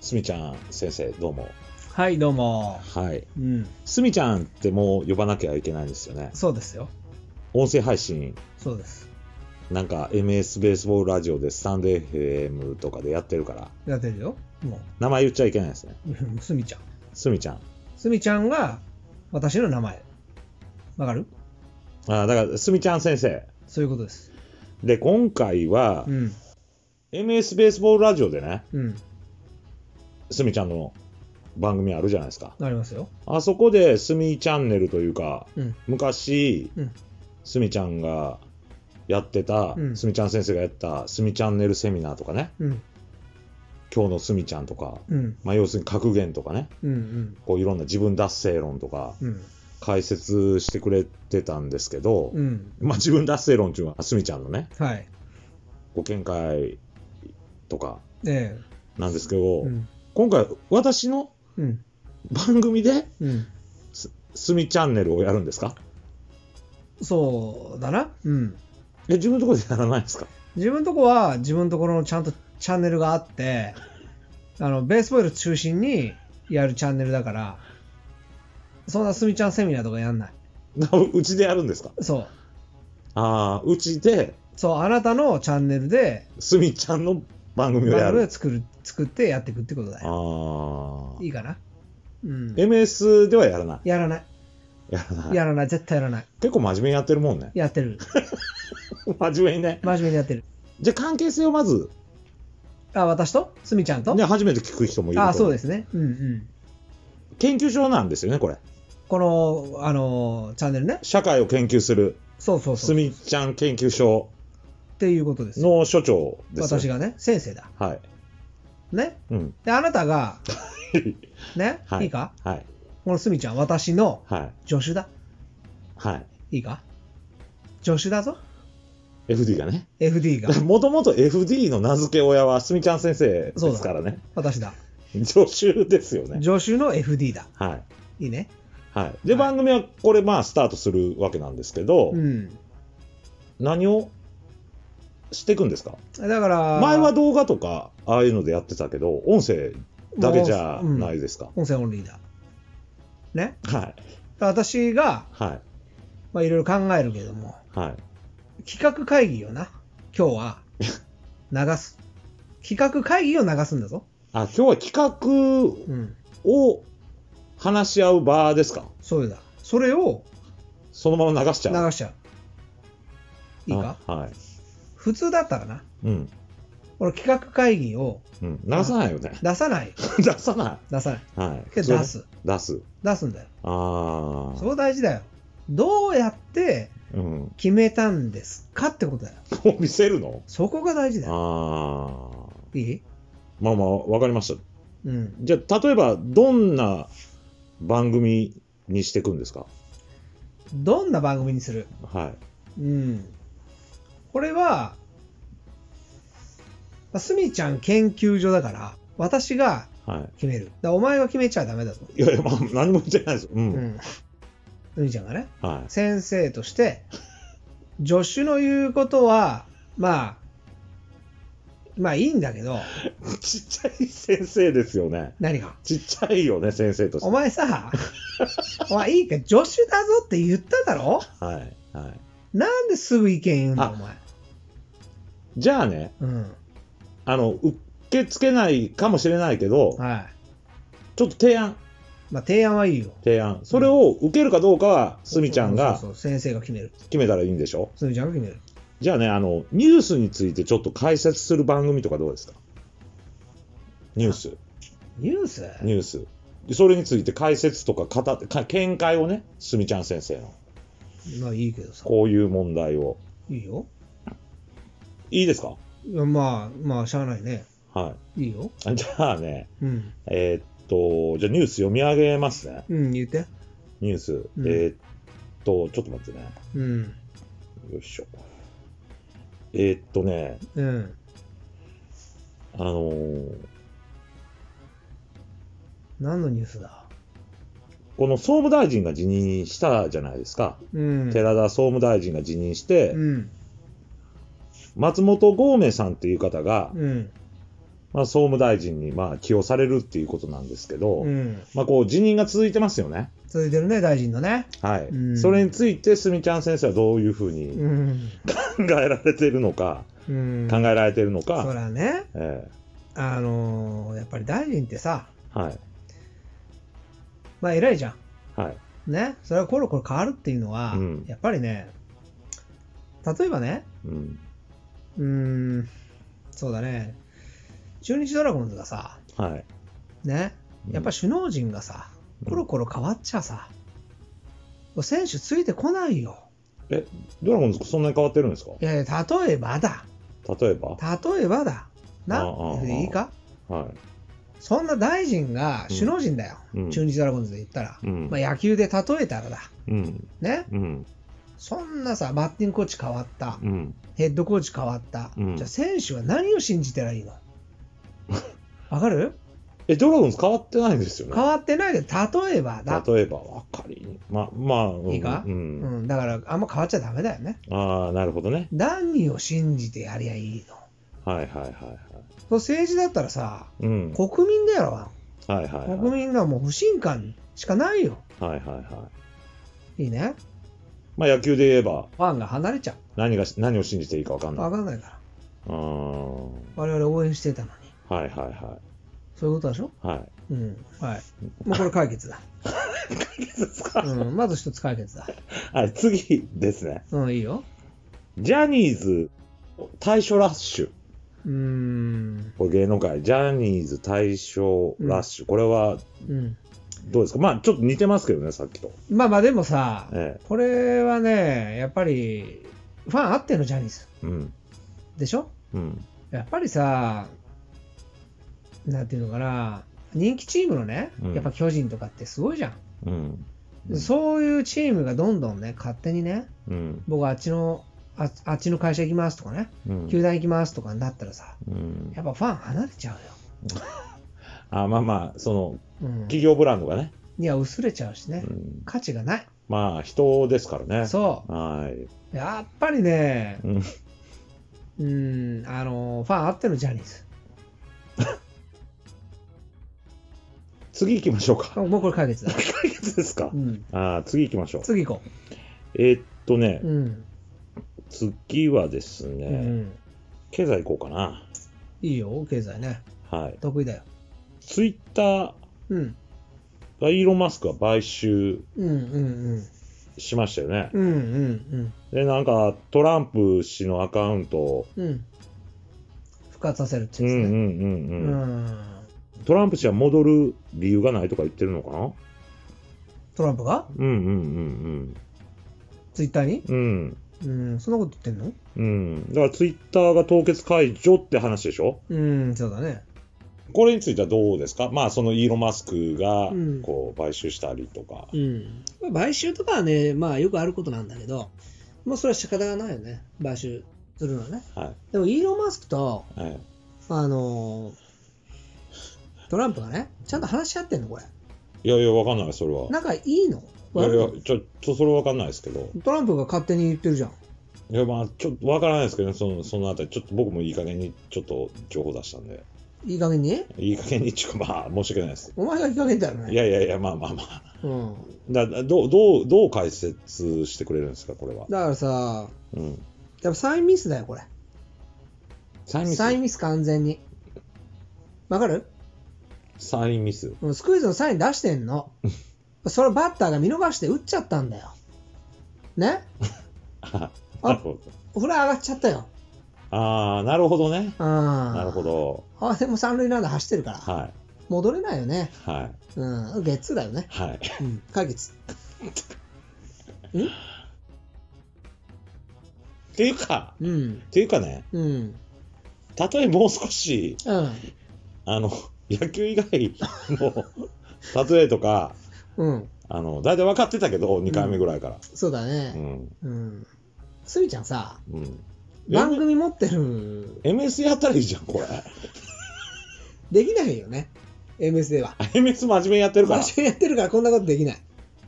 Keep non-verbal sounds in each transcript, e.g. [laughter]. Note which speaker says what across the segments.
Speaker 1: すみちゃん先生、どうも。
Speaker 2: はい、どうも。
Speaker 1: はい。
Speaker 2: うん、
Speaker 1: すみちゃんってもう呼ばなきゃいけないんですよね。
Speaker 2: そうですよ。
Speaker 1: 音声配信、
Speaker 2: そうです。
Speaker 1: なんか MS ベースボールラジオでスタンド FM とかでやってるから、
Speaker 2: やってるよ。も
Speaker 1: 名前言っちゃいけないですね。
Speaker 2: う、 [laughs] すみちゃん。
Speaker 1: すみちゃん。
Speaker 2: すみちゃんは、私の名前。わかる
Speaker 1: あーだから、すみちゃん先生。
Speaker 2: そういうことです。
Speaker 1: で、今回は
Speaker 2: う、ん、
Speaker 1: MS ベースボールラジオでね、
Speaker 2: うん、
Speaker 1: すみちゃんの番組あるじゃないですか。
Speaker 2: ありますよ。
Speaker 1: あそこで、すみチャンネルというか、
Speaker 2: うん、
Speaker 1: 昔
Speaker 2: うん、
Speaker 1: すみ、ちゃんがやってた
Speaker 2: う、ん
Speaker 1: すみ、ちゃん先生がやった、すみチャンネルセミナーとかね、
Speaker 2: うん、
Speaker 1: 今日のすみちゃんとか、
Speaker 2: うん、
Speaker 1: まあ、要するに格言とかね、
Speaker 2: うん、うん、
Speaker 1: こういろんな自分達成論とか
Speaker 2: うん、
Speaker 1: 解説してくれてたんですけど、
Speaker 2: うん、
Speaker 1: まあ、自分達成論っていうのは、すみちゃんのね、
Speaker 2: はい。
Speaker 1: ご見解とか
Speaker 2: え
Speaker 1: なんですけ
Speaker 2: え、
Speaker 1: ど、
Speaker 2: うん、
Speaker 1: 今回、私の
Speaker 2: うん、
Speaker 1: 番組で、
Speaker 2: うん。
Speaker 1: すみチャンネルをやるんですか
Speaker 2: そうだな。うん。
Speaker 1: え、自分のところでやらないんですか
Speaker 2: 自分とこは、自分ところのちゃんとチャンネルがあって、あの、ベースボール中心にやるチャンネルだから、そんなすみちゃんセミナーとかやんない。
Speaker 1: なうちでやるんですか
Speaker 2: そう。
Speaker 1: ああ、うちで、
Speaker 2: そう、あなたのチャンネルで、
Speaker 1: すみちゃんの番組をや
Speaker 2: 番組
Speaker 1: る
Speaker 2: を。作る、作ってやっていくってことだ
Speaker 1: あ
Speaker 2: よ。
Speaker 1: あ。
Speaker 2: いいかなうん。
Speaker 1: MS ではやらない。
Speaker 2: やらない。
Speaker 1: やらない。
Speaker 2: やらない。絶対やらない。
Speaker 1: 結構真面目にやってるもんね。 [laughs]
Speaker 2: やってる。
Speaker 1: 真面目にね。
Speaker 2: 真面目にやってる。
Speaker 1: じゃあ関係性をまず、
Speaker 2: あ、私とすみちゃんと
Speaker 1: ね、初めて聞く人もいる。
Speaker 2: あ、そうですすね。うんうん。
Speaker 1: 研究所なんですよね、これ。
Speaker 2: この、あのー、チャンネルね。
Speaker 1: 社会を研究する、
Speaker 2: そうそうそ
Speaker 1: す
Speaker 2: う。っ
Speaker 1: みちゃん研究所
Speaker 2: ていうことですよ。
Speaker 1: の所長です。
Speaker 2: 私。がね、先生だ。
Speaker 1: はい。
Speaker 2: ね。
Speaker 1: うん。
Speaker 2: で、あなた
Speaker 1: [laughs]
Speaker 2: が、ね、、
Speaker 1: はいい
Speaker 2: いか
Speaker 1: はい。
Speaker 2: このすみちゃん、私の
Speaker 1: はい。
Speaker 2: 助手だ。
Speaker 1: はい。
Speaker 2: いいか助手だぞ。
Speaker 1: FD がね。。
Speaker 2: FD が
Speaker 1: [laughs] もともと FD の名付け親はすみちゃん先生ですからね。
Speaker 2: 私だ。
Speaker 1: 助手ですよね。
Speaker 2: 助手の FD だ。
Speaker 1: はい。
Speaker 2: いいね。
Speaker 1: はい、で、
Speaker 2: はい
Speaker 1: 番組はこれまあスタートするわけなんですけど、
Speaker 2: うん。
Speaker 1: 何をしていくんですか
Speaker 2: だから、
Speaker 1: 前は動画とかああいうのでやってたけど音声だけじゃないですか、
Speaker 2: 音声オンリーだ。ね。
Speaker 1: はい
Speaker 2: 私が、
Speaker 1: はい
Speaker 2: まあ、いろいろ考えるけども、
Speaker 1: はい
Speaker 2: 企画会議をな、今日は流す。企画会議を流すんだぞ。
Speaker 1: あ今日は企
Speaker 2: うん。
Speaker 1: 画を話し合う場ですか
Speaker 2: そうだ。それを
Speaker 1: そのまま流しち
Speaker 2: 流
Speaker 1: ゃう
Speaker 2: しちゃう。いいか
Speaker 1: あはい、
Speaker 2: 普通だったらな、
Speaker 1: うん
Speaker 2: 俺企画会議を
Speaker 1: うん、流さないよね
Speaker 2: [laughs] 出さない。
Speaker 1: 出さな
Speaker 2: 出さない。
Speaker 1: い、はい、
Speaker 2: けど出す。
Speaker 1: 出す
Speaker 2: 出すんだよ。
Speaker 1: あ
Speaker 2: そ
Speaker 1: あ
Speaker 2: こ大事だよ。どうやって
Speaker 1: うん
Speaker 2: 決めたんですかってことだよ。
Speaker 1: こう見せるの
Speaker 2: そこが大事だよ。
Speaker 1: ああ
Speaker 2: いい
Speaker 1: まあまあわかりました
Speaker 2: うん。
Speaker 1: じゃあ、例えば、どんな番組にしていくんですか
Speaker 2: どんな番組にする
Speaker 1: は
Speaker 2: うん。これは、まあすみちゃん研究所だから、私が
Speaker 1: い。は
Speaker 2: 決める。だからお前が決めちゃダメだぞ。
Speaker 1: い。いやいや、まあ、何も言ってないです。う。
Speaker 2: うんん。すみちゃんがね、
Speaker 1: は
Speaker 2: 先生として、助手の言うことは、まあ、まあいいんだけど、
Speaker 1: い。ちっちゃい先生ですよね。
Speaker 2: 何が
Speaker 1: ちっちゃいよね、先生とし
Speaker 2: お
Speaker 1: て。[laughs]
Speaker 2: 前さ、お前いいか、助手だぞって言っただろ
Speaker 1: はい。はい。
Speaker 2: なんですぐ意見言うんだ、
Speaker 1: あ
Speaker 2: お前。
Speaker 1: じゃあね、
Speaker 2: うん。
Speaker 1: あの、受け付けないかもしれないけど、
Speaker 2: はい。
Speaker 1: ちょっと提案、
Speaker 2: まあ提案はいいよ。
Speaker 1: 提案。それを受けるかどうかは、すみちゃんが
Speaker 2: そうそうそう先生が決める。
Speaker 1: 決めたらいいんでしょ
Speaker 2: すみちゃんが決める。
Speaker 1: じゃあね、あの、ニュースについてちょっと解説する番組とかどうですかニュース。
Speaker 2: ニュース
Speaker 1: ニュース。でそれについて解説とか語ってか見解をね、すみちゃん先生の。
Speaker 2: まあいいけどさ。
Speaker 1: こういう問題を。
Speaker 2: いいよ。
Speaker 1: いいですか
Speaker 2: いやまあ、まあ、しゃあないね。
Speaker 1: はい
Speaker 2: いよ。
Speaker 1: い。じゃあね、
Speaker 2: うん。
Speaker 1: えーっと、じゃあニュース読み上げますね。
Speaker 2: うん、言って。
Speaker 1: ニュース。
Speaker 2: うん
Speaker 1: えーっと、ちょっと待ってね。
Speaker 2: うん。
Speaker 1: よいしょ。えーっとね、
Speaker 2: うん。
Speaker 1: あのー
Speaker 2: 何のニュースだ
Speaker 1: この総務大臣が辞任したじゃないですか。
Speaker 2: うん。
Speaker 1: 寺田総務大臣が辞任して、
Speaker 2: うん。
Speaker 1: 松本剛明さんっていう方が、
Speaker 2: うん。
Speaker 1: まあ、総務大臣にまあ起用されるっていうことなんですけど、
Speaker 2: うん。
Speaker 1: まあ、こう辞任が続いてますよね。
Speaker 2: 続いてるね、大臣のね。
Speaker 1: はい。
Speaker 2: うん
Speaker 1: それについて、すみちゃん先生はどういうふうに
Speaker 2: うん。
Speaker 1: 考えられてるのか、
Speaker 2: うん。
Speaker 1: 考えられてるの
Speaker 2: そ
Speaker 1: か、
Speaker 2: らね、
Speaker 1: え
Speaker 2: あのーやっぱり大臣ってさ、
Speaker 1: えはい。
Speaker 2: まあ偉いじゃ
Speaker 1: はい。
Speaker 2: ん。ね。それはコロコロ変わるっていうのは、
Speaker 1: うん
Speaker 2: やっぱりね、例えばね、
Speaker 1: うん。
Speaker 2: うーん、そうだね、中日ドラゴンズがさ、
Speaker 1: はい。
Speaker 2: ね、
Speaker 1: うん
Speaker 2: やっぱ首脳陣がさ、
Speaker 1: うん
Speaker 2: コロコロ変わっちゃさ、選手ついてこないよ。
Speaker 1: ドラゴンズそんなに変わってるんですか
Speaker 2: いやいや、例えばだ。
Speaker 1: 例えば
Speaker 2: 例えばだ。な
Speaker 1: ああああ、
Speaker 2: いいか
Speaker 1: は
Speaker 2: そんな大臣が首脳陣だよ。
Speaker 1: い。うん。
Speaker 2: 中日ドラゴンズで言ったら。
Speaker 1: うん。
Speaker 2: まあ、野球で例えたらだ。
Speaker 1: うん。
Speaker 2: ね。
Speaker 1: うん。
Speaker 2: そんなさ、バッティングコーチ変わった。
Speaker 1: うん。
Speaker 2: ヘッドコーチ変わった。
Speaker 1: うん
Speaker 2: じゃあ選手は何を信じたらい
Speaker 1: [laughs]
Speaker 2: いのわかる
Speaker 1: え、ドラゴンズ変わってないんですよね。
Speaker 2: 変わってないで、例えばだ。
Speaker 1: 例えば、わかりに。ま、まあ、うん
Speaker 2: いいか
Speaker 1: う。
Speaker 2: うんん、だから、あんま変わっちゃダメだよね。
Speaker 1: ああ、なるほどね。
Speaker 2: 何を信じてやりゃいいの
Speaker 1: はいはいはいはい。
Speaker 2: そう政治だったらさ、
Speaker 1: うん。はい
Speaker 2: 国民だよ。
Speaker 1: はいはい。
Speaker 2: 国民がもう不信感しかないよ。
Speaker 1: はいはいはい。
Speaker 2: いいね。
Speaker 1: まあ、野球で言えば、
Speaker 2: ファンが離れちゃ
Speaker 1: 何が、何を信じていいかわかん
Speaker 2: う。
Speaker 1: ない。
Speaker 2: わ
Speaker 1: う
Speaker 2: かんないから。
Speaker 1: ーん。は
Speaker 2: 我々応援してたのに。
Speaker 1: いはいは
Speaker 2: そういうことでしょ
Speaker 1: い。はい。
Speaker 2: うん。はい。もうこれ解決だ。
Speaker 1: [laughs]
Speaker 2: うん。まず一つ解決だ。
Speaker 1: はい、次ですね。
Speaker 2: うん、いいよ。
Speaker 1: ジャニーズ対象ラッシュ。
Speaker 2: うーん。
Speaker 1: これ芸能界、ジャニーズ対象ラッシュ。これは
Speaker 2: うん。
Speaker 1: どうですかまあ、ちょっと似てますけどね、さっきと。
Speaker 2: まあまあでもさ、
Speaker 1: え
Speaker 2: これはね、やっぱり、ファンあってのジャニーズ。
Speaker 1: え。うん。
Speaker 2: でしょ
Speaker 1: うん。
Speaker 2: やっぱりさ、なんていうのかな、人気チームのね
Speaker 1: うん、
Speaker 2: やっぱ巨人とかってすごいじゃん。
Speaker 1: うん。うん
Speaker 2: そういうチームがどんどんね、勝手にね、
Speaker 1: うん。
Speaker 2: 僕あっちの、ああっちの会社行きますとかね、
Speaker 1: うん。
Speaker 2: 球団行きますとかになったらさ、
Speaker 1: うん
Speaker 2: やっぱファン離れちゃうよ。
Speaker 1: あまあまあ、その、
Speaker 2: うん、
Speaker 1: 企業ブランドがね、
Speaker 2: いや、薄れちゃうしね
Speaker 1: う、ん
Speaker 2: 価値がない。
Speaker 1: まあ、人ですからね。
Speaker 2: そ
Speaker 1: はい。
Speaker 2: う、やっぱりね、
Speaker 1: うん
Speaker 2: うん、あの、ファンあってのジャニーズ。
Speaker 1: 次行きましょう
Speaker 2: あ
Speaker 1: か。
Speaker 2: もうこれ解
Speaker 1: [laughs]
Speaker 2: 決だ。
Speaker 1: 解決ですか
Speaker 2: う。ん、
Speaker 1: あー次行きましょう。
Speaker 2: 次行こ
Speaker 1: えーっとね
Speaker 2: う。、うん、
Speaker 1: 次はですね、
Speaker 2: うん、
Speaker 1: 経済行こうかな。
Speaker 2: いいよ、経済ね。
Speaker 1: はい。
Speaker 2: 得意だよ。
Speaker 1: ツイッター
Speaker 2: うん、
Speaker 1: がイーロン・マスクが買収
Speaker 2: うん、うん、
Speaker 1: しましたよね。
Speaker 2: うん、うん、うん、
Speaker 1: で、なんか、トランプ氏のアカウントを、
Speaker 2: うん、うん。復活させるって
Speaker 1: う
Speaker 2: い
Speaker 1: んう
Speaker 2: うんです
Speaker 1: う
Speaker 2: ね。うん
Speaker 1: うん。
Speaker 2: ん、
Speaker 1: トランプ氏は戻る理由がないとか言ってるのかな
Speaker 2: トランプが
Speaker 1: うんうん
Speaker 2: ツイッターに
Speaker 1: うんうん。うん。
Speaker 2: うん、そんなこと言ってんの
Speaker 1: うん。だからツイッターが凍結解除って話でしょ
Speaker 2: うん、そうだね。
Speaker 1: これについてはどうですかまあ、そのイーロン・マスクが
Speaker 2: うん、
Speaker 1: こう、買収したりとか。
Speaker 2: うん。まあ買収とかはね、まあよくあることなんだけど、もうそれは仕方がないよね。買収するのはね。
Speaker 1: は
Speaker 2: でもイーロン・マスクと、
Speaker 1: い。はい。
Speaker 2: あのトランプがね、ちゃんと話し合ってんのこれ。
Speaker 1: いやいや、わかんない、それは。
Speaker 2: 仲いいの
Speaker 1: いやいや、ちょっとそれわかんないですけど。
Speaker 2: トランプが勝手に言ってるじゃん。
Speaker 1: いや、まあ、ちょっとわからないですけどね、その、そのあたり、ちょっと僕もいい加減に、ちょっと情報出したんで。
Speaker 2: いい加減に
Speaker 1: いい加減に、ちょっとまあ、申し訳ないです。
Speaker 2: お前がいい加減だよね。
Speaker 1: いやいやいや、まあまあまあ。
Speaker 2: うん。
Speaker 1: だだどう、どう、どう解説してくれるんですか、これは。
Speaker 2: だからさ、
Speaker 1: うん。
Speaker 2: やっぱサインミスだよ、これ。
Speaker 1: サインミス。
Speaker 2: サインミス完全に。わかる
Speaker 1: サインミス。 [laughs]
Speaker 2: うんスクイズのサイン出してんの。それをバッターが見逃して打っちゃったんだよ。ね
Speaker 1: あなるほど。
Speaker 2: フライ上がっちゃったよ。
Speaker 1: ああ、なるほどね。
Speaker 2: あ
Speaker 1: なるほ。ど。
Speaker 2: あ、でも三塁ランナー走ってるから。
Speaker 1: は
Speaker 2: 戻れないよね。
Speaker 1: い。はい。
Speaker 2: うん。ゲッツーだよね。
Speaker 1: はい。 [laughs]
Speaker 2: うん。解決。
Speaker 1: っていうか、
Speaker 2: うん。
Speaker 1: っていうかね、
Speaker 2: うん。
Speaker 1: たとえもう少し、
Speaker 2: うん。
Speaker 1: あの、 [laughs] 野球以外の [laughs] 例えとか、
Speaker 2: うん。
Speaker 1: あの、大体分かってたけど、2回目ぐらいから。
Speaker 2: そうだ
Speaker 1: う
Speaker 2: ね。
Speaker 1: ん。
Speaker 2: うん。すみちゃんさ、
Speaker 1: うん。
Speaker 2: 番組持ってる、
Speaker 1: MS やったらいいじゃん、これ。 [laughs]
Speaker 2: できないよね。MS では。
Speaker 1: MS 真面目にやってるから。
Speaker 2: 私やってるからこんなことできない。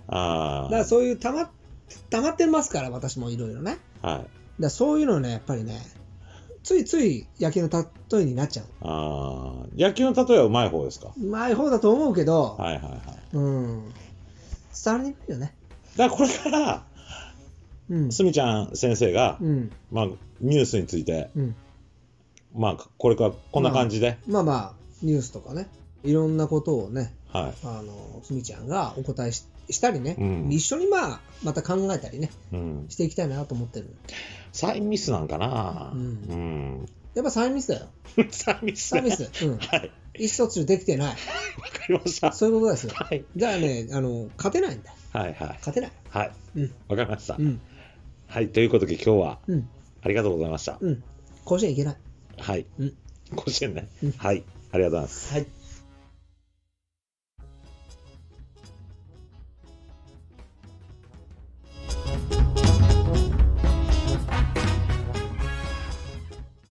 Speaker 1: あ
Speaker 2: だから
Speaker 1: あ。
Speaker 2: そういうたま、溜まってますから、私もいろいろね。だか
Speaker 1: はい。
Speaker 2: らそういうのね、やっぱりね、ついつい野球の例えになっちゃう。
Speaker 1: あー野球の例えはうまい方ですか
Speaker 2: うまい方だと思うけど、
Speaker 1: はいはいはい。だか
Speaker 2: うん。伝わりにくいよね。
Speaker 1: らこれから、
Speaker 2: うん。
Speaker 1: すみちゃん先生が、
Speaker 2: うん。
Speaker 1: まあ、ニュースについて、
Speaker 2: うん。
Speaker 1: まあ、これからこんな感じで、
Speaker 2: まあまあ、ニュースとかね、いろんなことをね、
Speaker 1: はい。
Speaker 2: あの、すみちゃんがお答えししたりね、
Speaker 1: うん
Speaker 2: 一緒にまあ、また考えたりね、
Speaker 1: うん。
Speaker 2: していきたいなと思ってる。
Speaker 1: サインミスなんかなう
Speaker 2: う
Speaker 1: んん。
Speaker 2: やっぱサインミスだよ。
Speaker 1: [laughs] サインミス
Speaker 2: サインミ
Speaker 1: [laughs]
Speaker 2: ス。うん。
Speaker 1: はい。わ
Speaker 2: 意思疎通できてない。
Speaker 1: かりました。
Speaker 2: そういうことですよ。
Speaker 1: はい。
Speaker 2: じゃあね、あの、勝てないんだ。
Speaker 1: はいはい。
Speaker 2: 勝てない。
Speaker 1: はい。
Speaker 2: うん。
Speaker 1: わかりました
Speaker 2: う。ん。
Speaker 1: はい。ということで今日は
Speaker 2: うん。
Speaker 1: ありがとうございました。
Speaker 2: うん。甲子園いけない。
Speaker 1: はい
Speaker 2: うん。
Speaker 1: 甲子園ね
Speaker 2: うん。
Speaker 1: はい。ありがとうございます。
Speaker 2: はい。